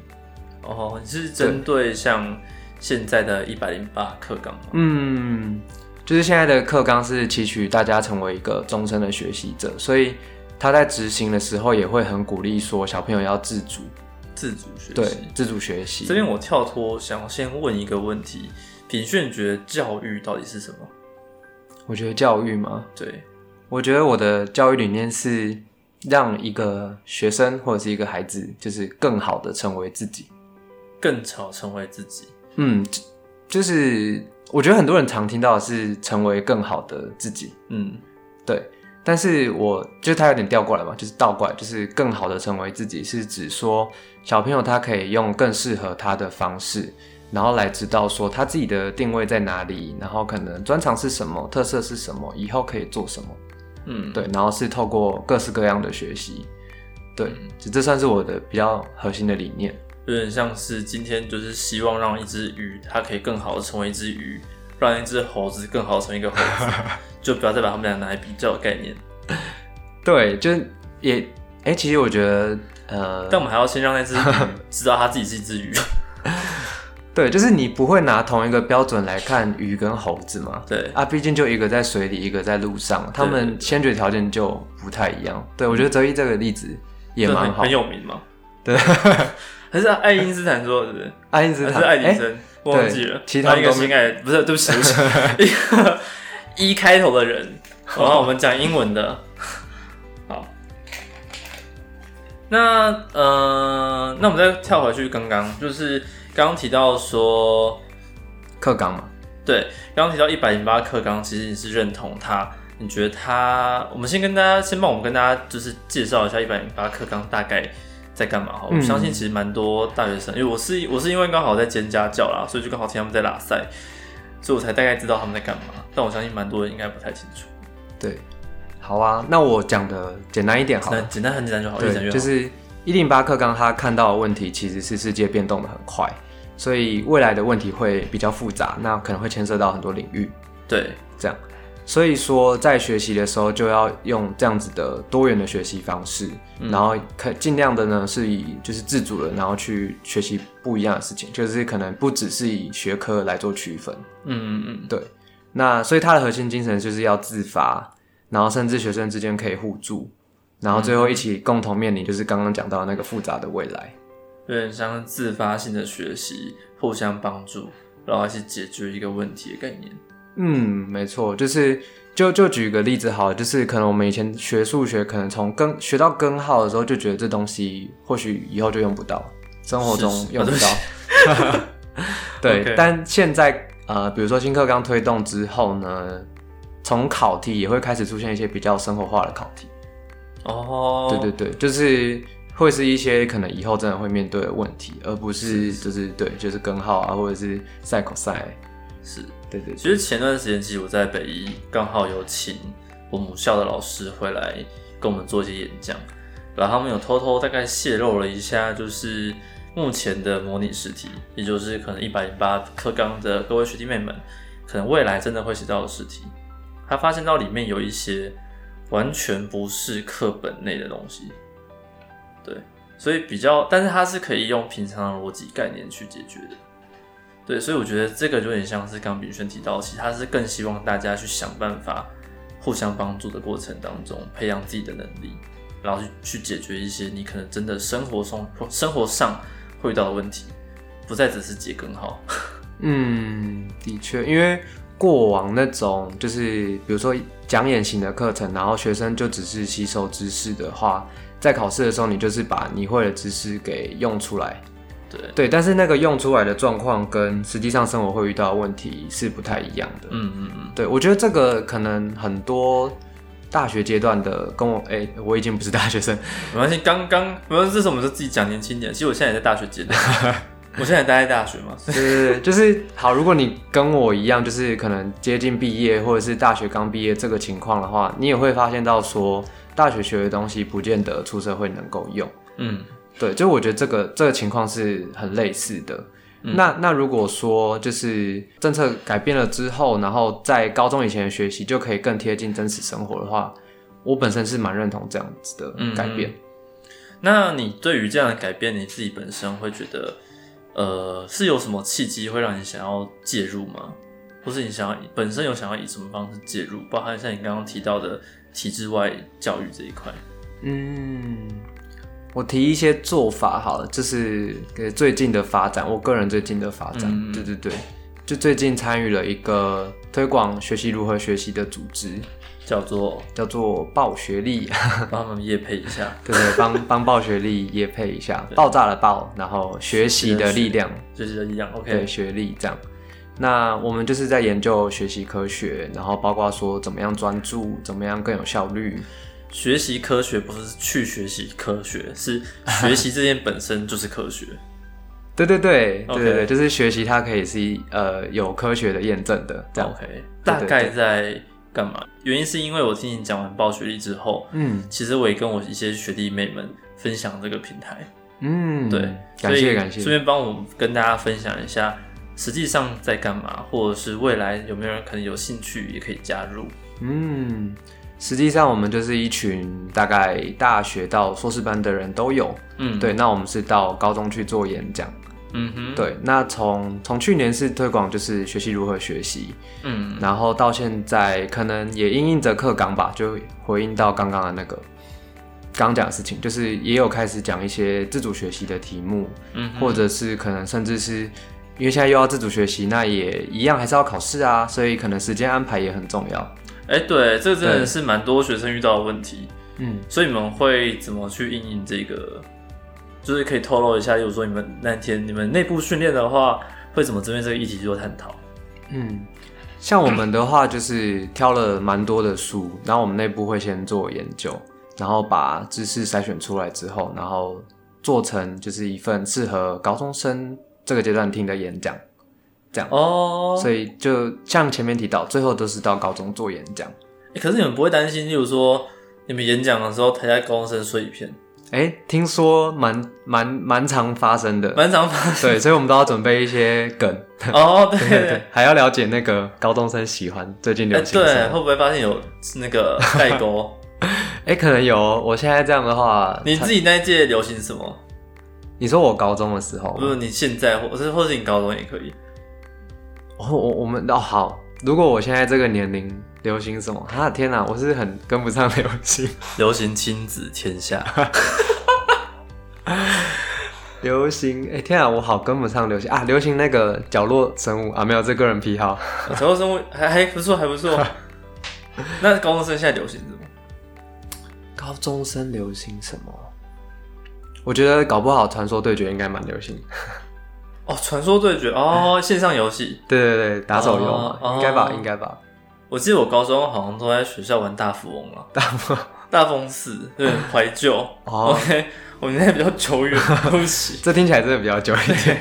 哦，你是针对像现在的一百零八课纲吗？嗯，就是现在的课纲是期许大家成为一个终身的学习者，所以他在执行的时候也会很鼓励说小朋友要自主，自主学习。对，自主学习。这边我跳脱，想要先问一个问题：品炫觉得教育到底是什么？我觉得教育嘛，对，我觉得我的教育理念是让一个学生或者是一个孩子，就是更好的成为自己。更早成为自己。嗯，就就是我觉得很多人常听到的是成为更好的自己，嗯，对，但是我就是它有点调过来嘛，就是倒过来，就是更好的成为自己，是指说小朋友他可以用更适合他的方式，然后来知道说他自己的定位在哪里，然后可能专长是什么，特色是什么，以后可以做什么，嗯，对，然后是透过各式各样的学习，对，这这算是我的比较核心的理念，有点像是今天就是希望让一只鱼，它可以更好的成为一只鱼，让一只猴子更好地成为一个猴子， 就不要再把它们俩拿来比较的概念。对，就是也，哎、其实我觉得，呃，但我们还要先让那只鱼知道它自己是一只 鱼。对，就是你不会拿同一个标准来看鱼跟猴子嘛，对，啊，毕竟就一个在水里，一个在路上，他们先决条件就不太一样。对，我觉得哲一这个例子也就蛮很好嗯很。有名嘛。对， 还是爱因斯坦 说的，对不对？爱因斯还坦，是爱迪哎生，忘记了。其他一们个都新爱，不是，对不起，对不起， 一个一开头的 人。然后我们讲英文的。好，那呃，那我们再跳回去，刚刚就是刚刚提到说，课纲嘛，对，刚刚提到一百零八课纲，其实你是认同它。你觉得它，我们先跟大家，先帮我们跟大家就是介绍一下一百零八课纲大概在干嘛哈。我嗯相信其实蛮多大学生，因为我是我是因为刚好在兼家教啦，所以就刚好听他们在拉塞，所以我才大概知道他们在干嘛。但我相信蛮多人应该不太清楚，对，好啊，那我讲的简单一点好那了。简单很简单就好，越简单对，越好。就是一零八课纲，他看到的问题其实是世界变动的很快，所以未来的问题会比较复杂，那可能会牵涉到很多领域。对，这样。所以说，在学习的时候就要用这样子的多元的学习方式，然后可尽量的呢是以就是自主的，然后去学习不一样的事情，就是可能不只是以学科来做区分。嗯嗯对，那所以它的核心精神就是要自发，然后甚至学生之间可以互助，然后最后一起共同面临就是刚刚讲到的那个复杂的未来。嗯，有点像是自发性的学习，互相帮助，然后去解决一个问题的概念。嗯，没错，就是就就举个例子好了，就是可能我们以前学数学，可能从根学到根号的时候，就觉得这东西或许以后就用不到，生活中是是用不啊到。 对 OK 但现在呃，比如说新课纲推动之后呢，从考题也会开始出现一些比较生活化的考题。哦，对对对，就是会是一些可能以后真的会面对的问题，而不是就是对就是根号啊，或者是 sin cos。是。对对其实前段时间，其实我在北医刚好有请我母校的老师回来跟我们做一些演讲，然后他们有偷偷大概泄露了一下，就是目前的模拟试题，也就是可能一百零八课纲的各位学弟妹们，可能未来真的会写到的试题。他发现到里面有一些完全不是课本内的东西，对，所以比较，但是它是可以用平常的逻辑概念去解决的。对，所以我觉得这个有点像是刚炳轩提到的，其实他是更希望大家去想办法，互相帮助的过程当中，培养自己的能力，然后去去解决一些你可能真的生活中生活上会遇到的问题，不再只是解根号。 嗯，的确，因为过往那种就是比如说讲演型的课程，然后学生就只是吸收知识的话，在考试的时候，你就是把你会的知识给用出来。对，对，但是那个用出来的状况跟实际上生活会遇到的问题是不太一样的。嗯嗯嗯，对，我觉得这个可能很多大学阶段的跟我，哎、我已经不是大学生，没关系，刚刚没关系，这是我们就自己讲年轻一点。其实我现在也在大学阶段， 我现在待在大学嘛，对对对，就是好。如果你跟我一样，就是可能接近毕业或者是大学刚毕业这个情况的话，你也会发现到说，大学学的东西不见得出社会能够用。嗯对，就我觉得这个这个情况是很类似的。嗯那那如果说就是政策改变了之后，然后在高中以前的学习就可以更贴近真实生活的话，我本身是蛮认同这样子的嗯改变。那你对于这样的改变，你自己本身会觉得，呃，是有什么契机会让你想要介入吗？或是你想要本身有想要以什么方式介入？包含像你刚刚提到的体制外教育这一块，嗯，我提一些做法好了，就是给最近的发展，我个人最近的发展，嗯对对对，就最近参与了一个推广学习如何学习的组织，叫 做叫做报学历， 帮他们业配一下，对对，帮帮报学历也配一下，爆炸的爆，然后学习的力量，就是这样。OK，对学历这样。那我们就是在研究学习科学，然后包括说怎么样专注，怎么样更有效率，学习科学不是去学习科学，是学习这件本身就是科学。对对对对 OK 对对，就是学习它可以是呃有科学的验证的 这样。 OK，大概在干嘛？原因是因为我听你讲完报学历之后，嗯其实我也跟我一些学弟妹们分享这个平台，嗯，对，感所以谢感顺谢。便帮我们跟大家分享一下，实际上在干嘛，或者是未来有没有人可能有兴趣也可以加入。嗯，实际上我们就是一群大概大学到硕士班的人都有。嗯，对，，那我们是到高中去做演讲。嗯哼，，对，那从从去年是推广就是学习如何学习，嗯然后到现在可能也因应着课纲吧，就回应到刚刚的那个刚讲的事情，就是也有开始讲一些自主学习的题目，嗯哼，或者是可能甚至是因为现在又要自主学习，那也一样还是要考试啊，所以可能时间安排也很重要。哎、对，这个真的对是蛮多学生遇到的问题，嗯，所以你们会怎么去应应这个？就是可以透露一下，就是说你们那天你们内部训练的话，会怎么针对这个议题去做探讨？嗯，像我们的话就是挑了蛮多的书，然后我们内部会先做研究，然后把知识筛选出来之后，然后做成就是一份适合高中生这个阶段听的演讲。哦，所以就像前面提到，最后都是到高中做演讲。欸可是你们不会担心，例如说你们演讲的时候台下高中生睡一片，哎、听说蛮蛮蛮常发生的，蛮常发生。对，所以我们都要准备一一些梗。哦，对对对对， 还要了解那个高中生喜欢最近对，哎流行什对，么。会不会发现有那 个代沟？哎、可能有哦。我现在这样的话，你自己那一届流行什么？你说我高中的时候不，是你现在，或是或是你高中也可以。我我我们哦好，如果我现在这个年龄流行什么，啊天哪，我是很跟不上流行， 流行亲子天下，流行哎、天哪，我好跟不上流行啊，流行那个角落生物啊，没有这个人癖好， 小高生还还不错，还不 错。那高中生现在流行什么？高中生流行什么？我觉得搞不好传说对决应该蛮流行，哦，传说对决哦，线上游戏。对对对，打手游嘛，哦应该吧，哦应该吧，我记得我高中好像都在学校玩大富翁了，大富大风四，有点怀 旧。哦 OK，我们现在比较久远，对不起。 这听起来真的比较久一点。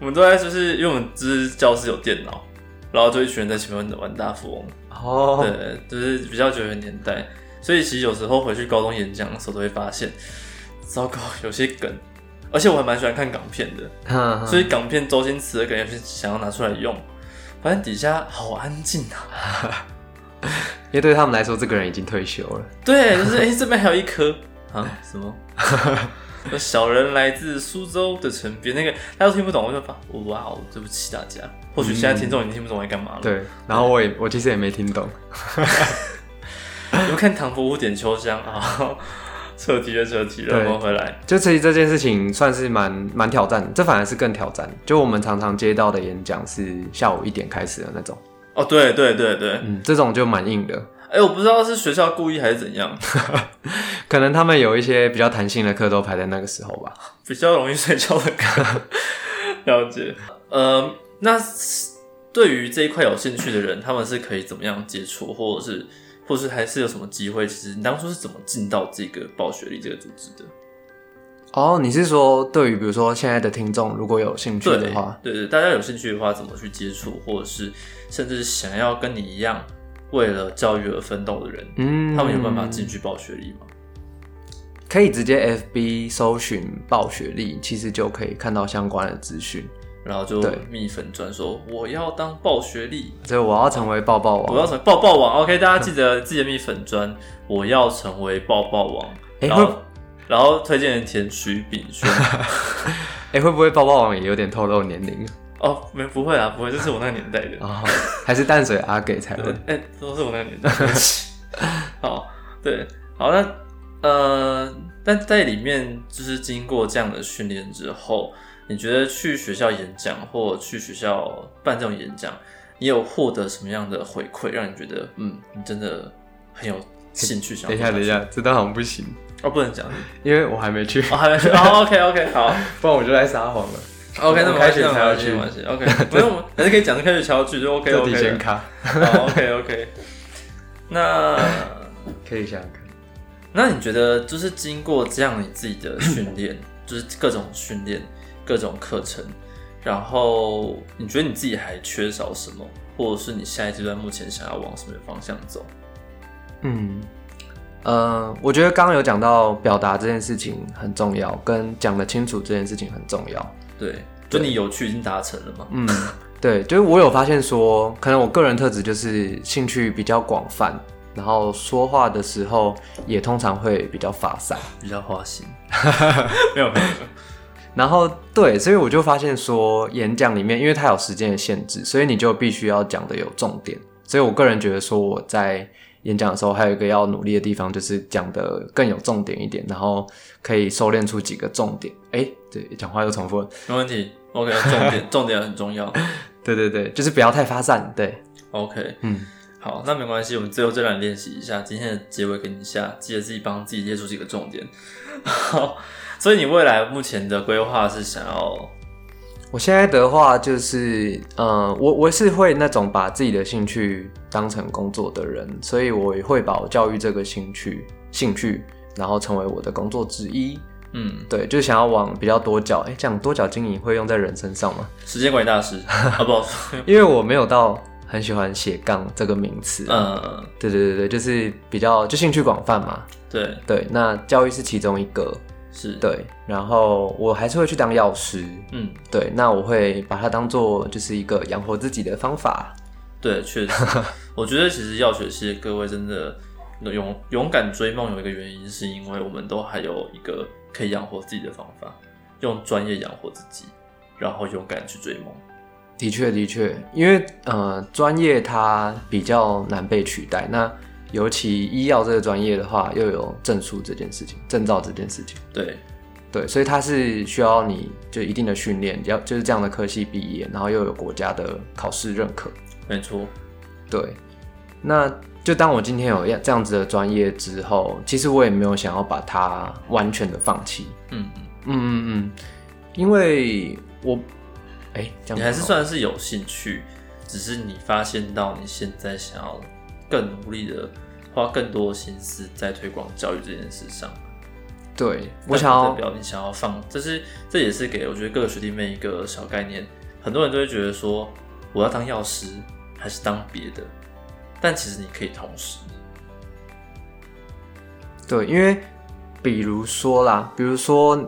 我们都在就是因为我们就是教室有电脑，然后就一群人在前面玩大富翁，哦，对，就是比较久远年代，所以其实有时候回去高中演讲的时候都会发现，糟糕，有些梗，而且我还蛮喜欢看港片的，哼所以港片周星驰的梗也是想要拿出来用，反正底下好安静啊，因为对他们来说，这个人已经退休了。对，就是哎、诶这边还有一颗啊什么。小人来自苏州的城边，那个大家都听不懂，我就发哇哦，对不起大家。或许现在听众已经听不懂我在干嘛了。对，然后我也我其实也没听懂。你们看《唐伯虎点秋香》 啊，彻底了，彻底了。对我们回来，就其实这件事情算是蛮蛮挑战的，这反而是更挑战。就我们常常接到的演讲是下午一点开始的那种，哦，对对对对，哎、嗯，这种就蛮硬的。我不知道是学校故意还是怎样，可能他们有一些比较弹性的课都排在那个时候吧。比较容易睡觉的歌。 了解，呃，那对于这一块有兴趣的人，他们是可以怎么样接触，或者是，或是还是有什么机会？其实你当初是怎么进到这个报学历这个组织的？哦，你是说对于比如说现在的听众如果有兴趣对的话，对对，大家有兴趣的话，怎么去接触，或者是甚至想要跟你一样为了教育而奋斗的人，嗯，他们有办法进去报学历吗？可以直接 FB 搜寻报学历，其实就可以看到相关的资讯。然后就对蜜粉专说我要当报学历，所以我要成为抱抱我要王。成为抱抱王。OK，大家记得自己的蜜粉专， 我要成为抱抱王。哎然后，然后推荐人填徐炳轩。哎、会不会抱抱王也有点透露年龄哦，没不会啊，不会，这是我那个年代的。啊、还是淡水阿给才对会？，哎、都是我那个年代。对不起 好，对，好，那呃，但在里面就是经过这样的训练之后，你觉得去学校演讲或去学校办这种演讲，你有获得什么样的回馈，让你觉得嗯，你真的很有兴趣想等要一做下去？下，等一下，这段好像不行，哦，不能讲，因为我还没去，哦，还没去。哦，OK，OK，、好。不然我就来撒谎了。 OK，那我么们开学才要去没关系。OK，不用，还是可以讲开学才要去，就 OK 这 OK 题先的。卡，好，OK OK。那可以想想看。那你觉得，就是经过这样你自己的训 练，就是各种训练、各种课程，然后你觉得你自己还缺少什么，或者是你下一阶段目前想要往什么方向走？嗯，呃，我觉得刚刚有讲到表达这件事情很重要，跟讲得清楚这件事情很重要。对，就你有趣已经达成了嘛？嗯，对，就是我有发现说，可能我个人特质就是兴趣比较广泛，然后说话的时候也通常会比较发散。 比较花心， 没有没有，没有然后对，所以我就发现说，演讲里面因为它有时间的限制，所以你就必须要讲的有重点。所以我个人觉得说，我在演讲的时候还有一个要努力的地方，就是讲的更有重点一点，然后可以收敛出几个重点。哎，对，讲话又重复了。 没问题。OK，重点 重点很重要。对对对，就是不要太发散。对， OK，嗯，好，那没关系，我们最后再来练习一下今天的结尾，给你一下，记得自己帮自己列出几个重点。好，所以你未来目前的规划是想要我现在的话就是，呃，我我是会那种把自己的兴趣当成工作的人，所以我也会把我教育这个兴趣兴趣，然后成为我的工作之一。嗯，对，就是想要往比较多角，哎、这样多角经营会用在人身上吗？时间管理大师，好不好？因为我没有到很喜欢斜杠这个名词。，嗯，对对对对，就是比较就兴趣广泛嘛。对，对，那教育是其中一个。是，，对，然后我还是会去当药师。嗯，对，那我会把它当做就是一个养活自己的方法。对，确实， 我觉得其实药学系的各位真的勇勇敢追梦，有一个原因是因为我们都还有一个可以养活自己的方法，用专业养活自己，然后勇敢去追梦。的确，的确，因为呃，专业它比较难被取代。那尤其医药这个专业的话，又有证书这件事情，证照这件事情。对，对，所以它是需要你就一定的训练，要就是这样的科系毕业，然后又有国家的考试认可。没错，对，那就当我今天有这样子的专业之后，其实我也没有想要把它完全的放弃。嗯。嗯嗯嗯，因为我哎、这样你还是好算是有兴趣，只是你发现到你现在想要更努力的花更多心思在推广教育这件事上。对但我想不代要表你想要放，这是这也是给我觉得各个学弟妹一个小概念。很多人都会觉得说，我要当药师还是当别的，但其实你可以同时。对，因为比如说啦，比如说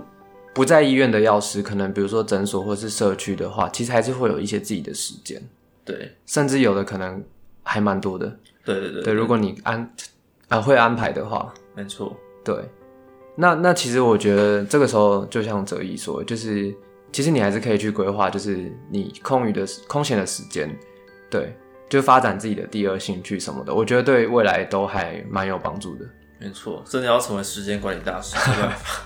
不在医院的药师，可能比如说诊所或是社区的话，其实还是会有一些自己的时间，对，甚至有的可能还蛮多的。对对对对，如果你安啊、会安排的话，没错，对，那那其实我觉得这个时候就像哲一说，就是其实你还是可以去规划，就是你空余的时空闲的时间，对，就发展自己的第二兴趣什么的，我觉得对未来都还蛮有帮助的。没错，真的要成为时间管理大师，没办法。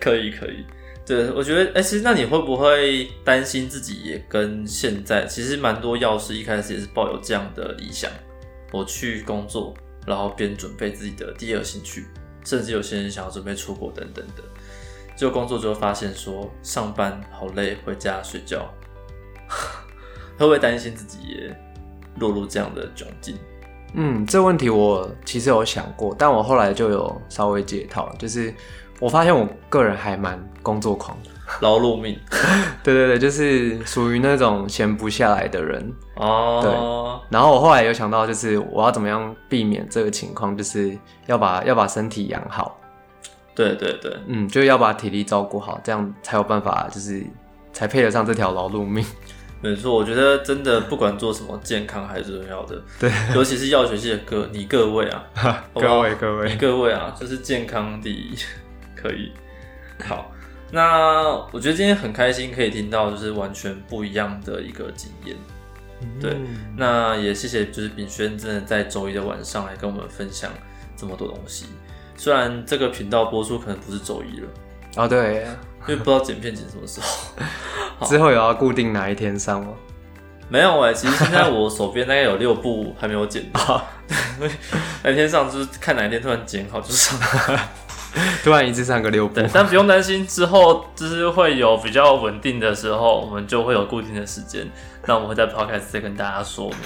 可以，可以。对，我觉得，哎、其实那你会不会担心自己也跟现在其实蛮多药师一开始也是抱有这样的理想，我去工作，然后边准备自己的第二兴趣，甚至有些人想要准备出国等等的，结果工作之后发现说上班好累，回家睡觉， 会不会担心自己也落入这样的窘境？嗯，这问题我其实有想过，但我后来就有稍微解套了，就是我发现我个人还蛮工作狂的，劳碌命对对对，就是属于那种闲不下来的人。哦，然后我后来有想到，就是我要怎么样避免这个情况，就是要把要把身体养好，对对对，嗯，就要把体力照顾好，这样才有办法，就是才配得上这条劳碌命。没错，我觉得真的不管做什么，健康还是重要的。 对，尤其是药学系的各你各位啊，好不好各位各位你各位啊，就是健康第一，可以。好，那我觉得今天很开心，可以听到就是完全不一样的一个经验。对嗯那也谢谢，就是炳轩真的在周一的晚上来跟我们分享这么多东西。虽然这个频道播出可能不是周一了，哦对，因为不知道剪片剪什么时候。之后有要固定哪一天上吗？没有哎、其实现在我手边大概有六部还没有剪到，对，哪天上就是看哪一天突然剪好就上。 突然一次上个六部对，，但不用担心，之后就是会有比较稳定的时候，我们就会有固定的时间，那我们会在 podcast 再跟大家说明。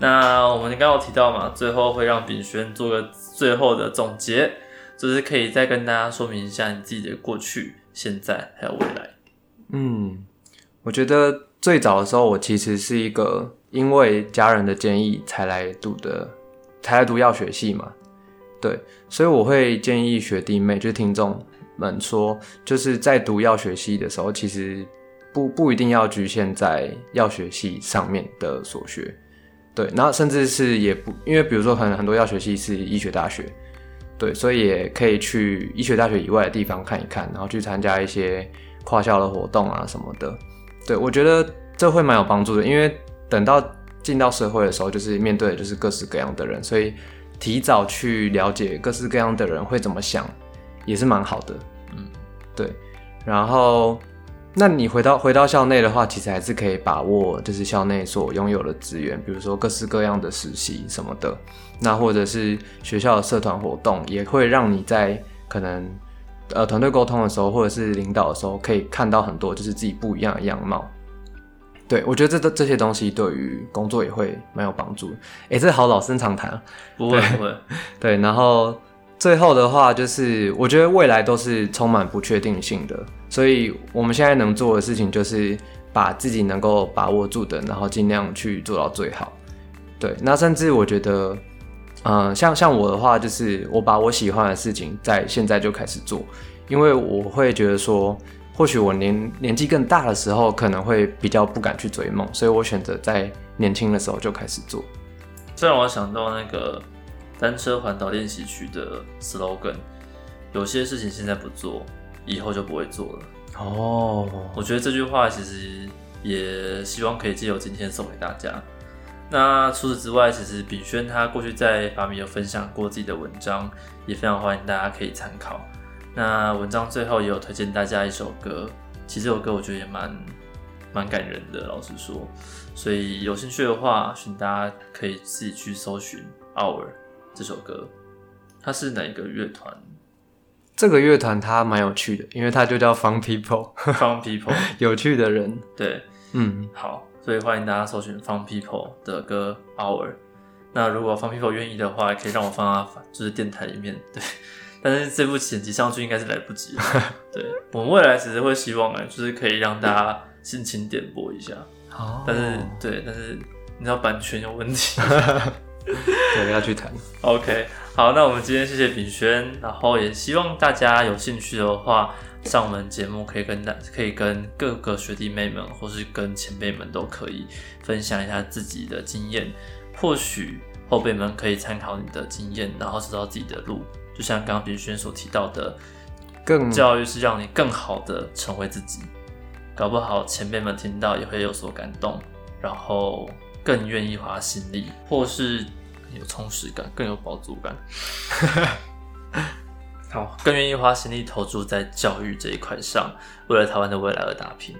那我们刚刚有提到嘛，最后会让炳轩做个最后的总结，就是可以再跟大家说明一下你自己的过去、现在还有未来。嗯，我觉得最早的时候，我其实是一个因为家人的建议才来读的，才来读药学系嘛。对，所以我会建议学弟妹，就是听众们说，就是在读药学系的时候，其实不不一定要局限在药学系上面的所学。对，然后甚至是也不，因为比如说可能很多药学系是医学大学，对，所以也可以去医学大学以外的地方看一看，然后去参加一些跨校的活动啊什么的。对，我觉得这会蛮有帮助的，因为等到进到社会的时候，就是面对的就是各式各样的人，所以提早去了解各式各样的人会怎么想，也是蛮好的。嗯，对。然后，那你回到回到校内的话，其实还是可以把握就是校内所拥有的资源，比如说各式各样的实习什么的，那或者是学校的社团活动，也会让你在可能呃团队沟通的时候，或者是领导的时候，可以看到很多就是自己不一样的样貌。对，我觉得这这些东西对于工作也会蛮有帮助的。诶，这好老生常谈啊。不会不会，对，然后最后的话就是，我觉得未来都是充满不确定性的，所以我们现在能做的事情就是把自己能够把握住的，然后尽量去做到最好。对，那甚至我觉得，嗯、像像我的话，就是我把我喜欢的事情在现在就开始做，因为我会觉得说，或许我年年纪更大的时候，可能会比较不敢去追梦，所以我选择在年轻的时候就开始做。这让我想到那个单车环岛练习曲的 slogan：有些事情现在不做，以后就不会做了。哦，我觉得这句话其实也希望可以借由今天送给大家。那除此之外，其实炳轩他过去在法米有分享过自己的文章，也非常欢迎大家可以参考。那文章最后也有推荐大家一首歌，其实这首歌我觉得也蛮蛮感人的，老实说。所以有兴趣的话，请大家可以自己去搜寻《Hour》这首歌，它是哪一个乐团这个乐团它蛮有趣的，因为它就叫 Fun People， ？Fun People，有趣的人。对。嗯，好，所以欢迎大家搜寻 Fun People 的歌 Hour。那如果 Fun People 愿意的话，可以让我放到就是电台里面，对。但是这部剪辑上去应该是来不及了。对，我们未来其实会希望哎，就是可以让大家尽情点播一下，好但是、对，但是你知道版权有问题。对要去谈。 OK，好，那我们今天谢谢炳轩，然后也希望大家有兴趣的话，上我们节目可以跟大可以跟各个学弟妹们，或是跟前辈们都可以分享一下自己的经验，或许后辈们可以参考你的经验，然后知道自己的路。就像刚刚炳轩所提到的，更教育是让你更好的成为自己，搞不好前辈们听到也会有所感动，然后更愿意花心力，或是有充实感，更有饱足感。好，更愿意花心力投注在教育这一块上，为了台湾的未来而打拼。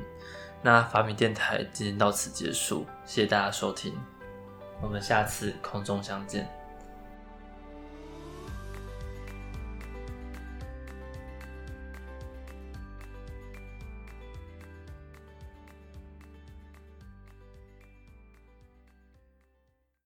那法米电台今天到此结束，谢谢大家收听，我们下次空中相见，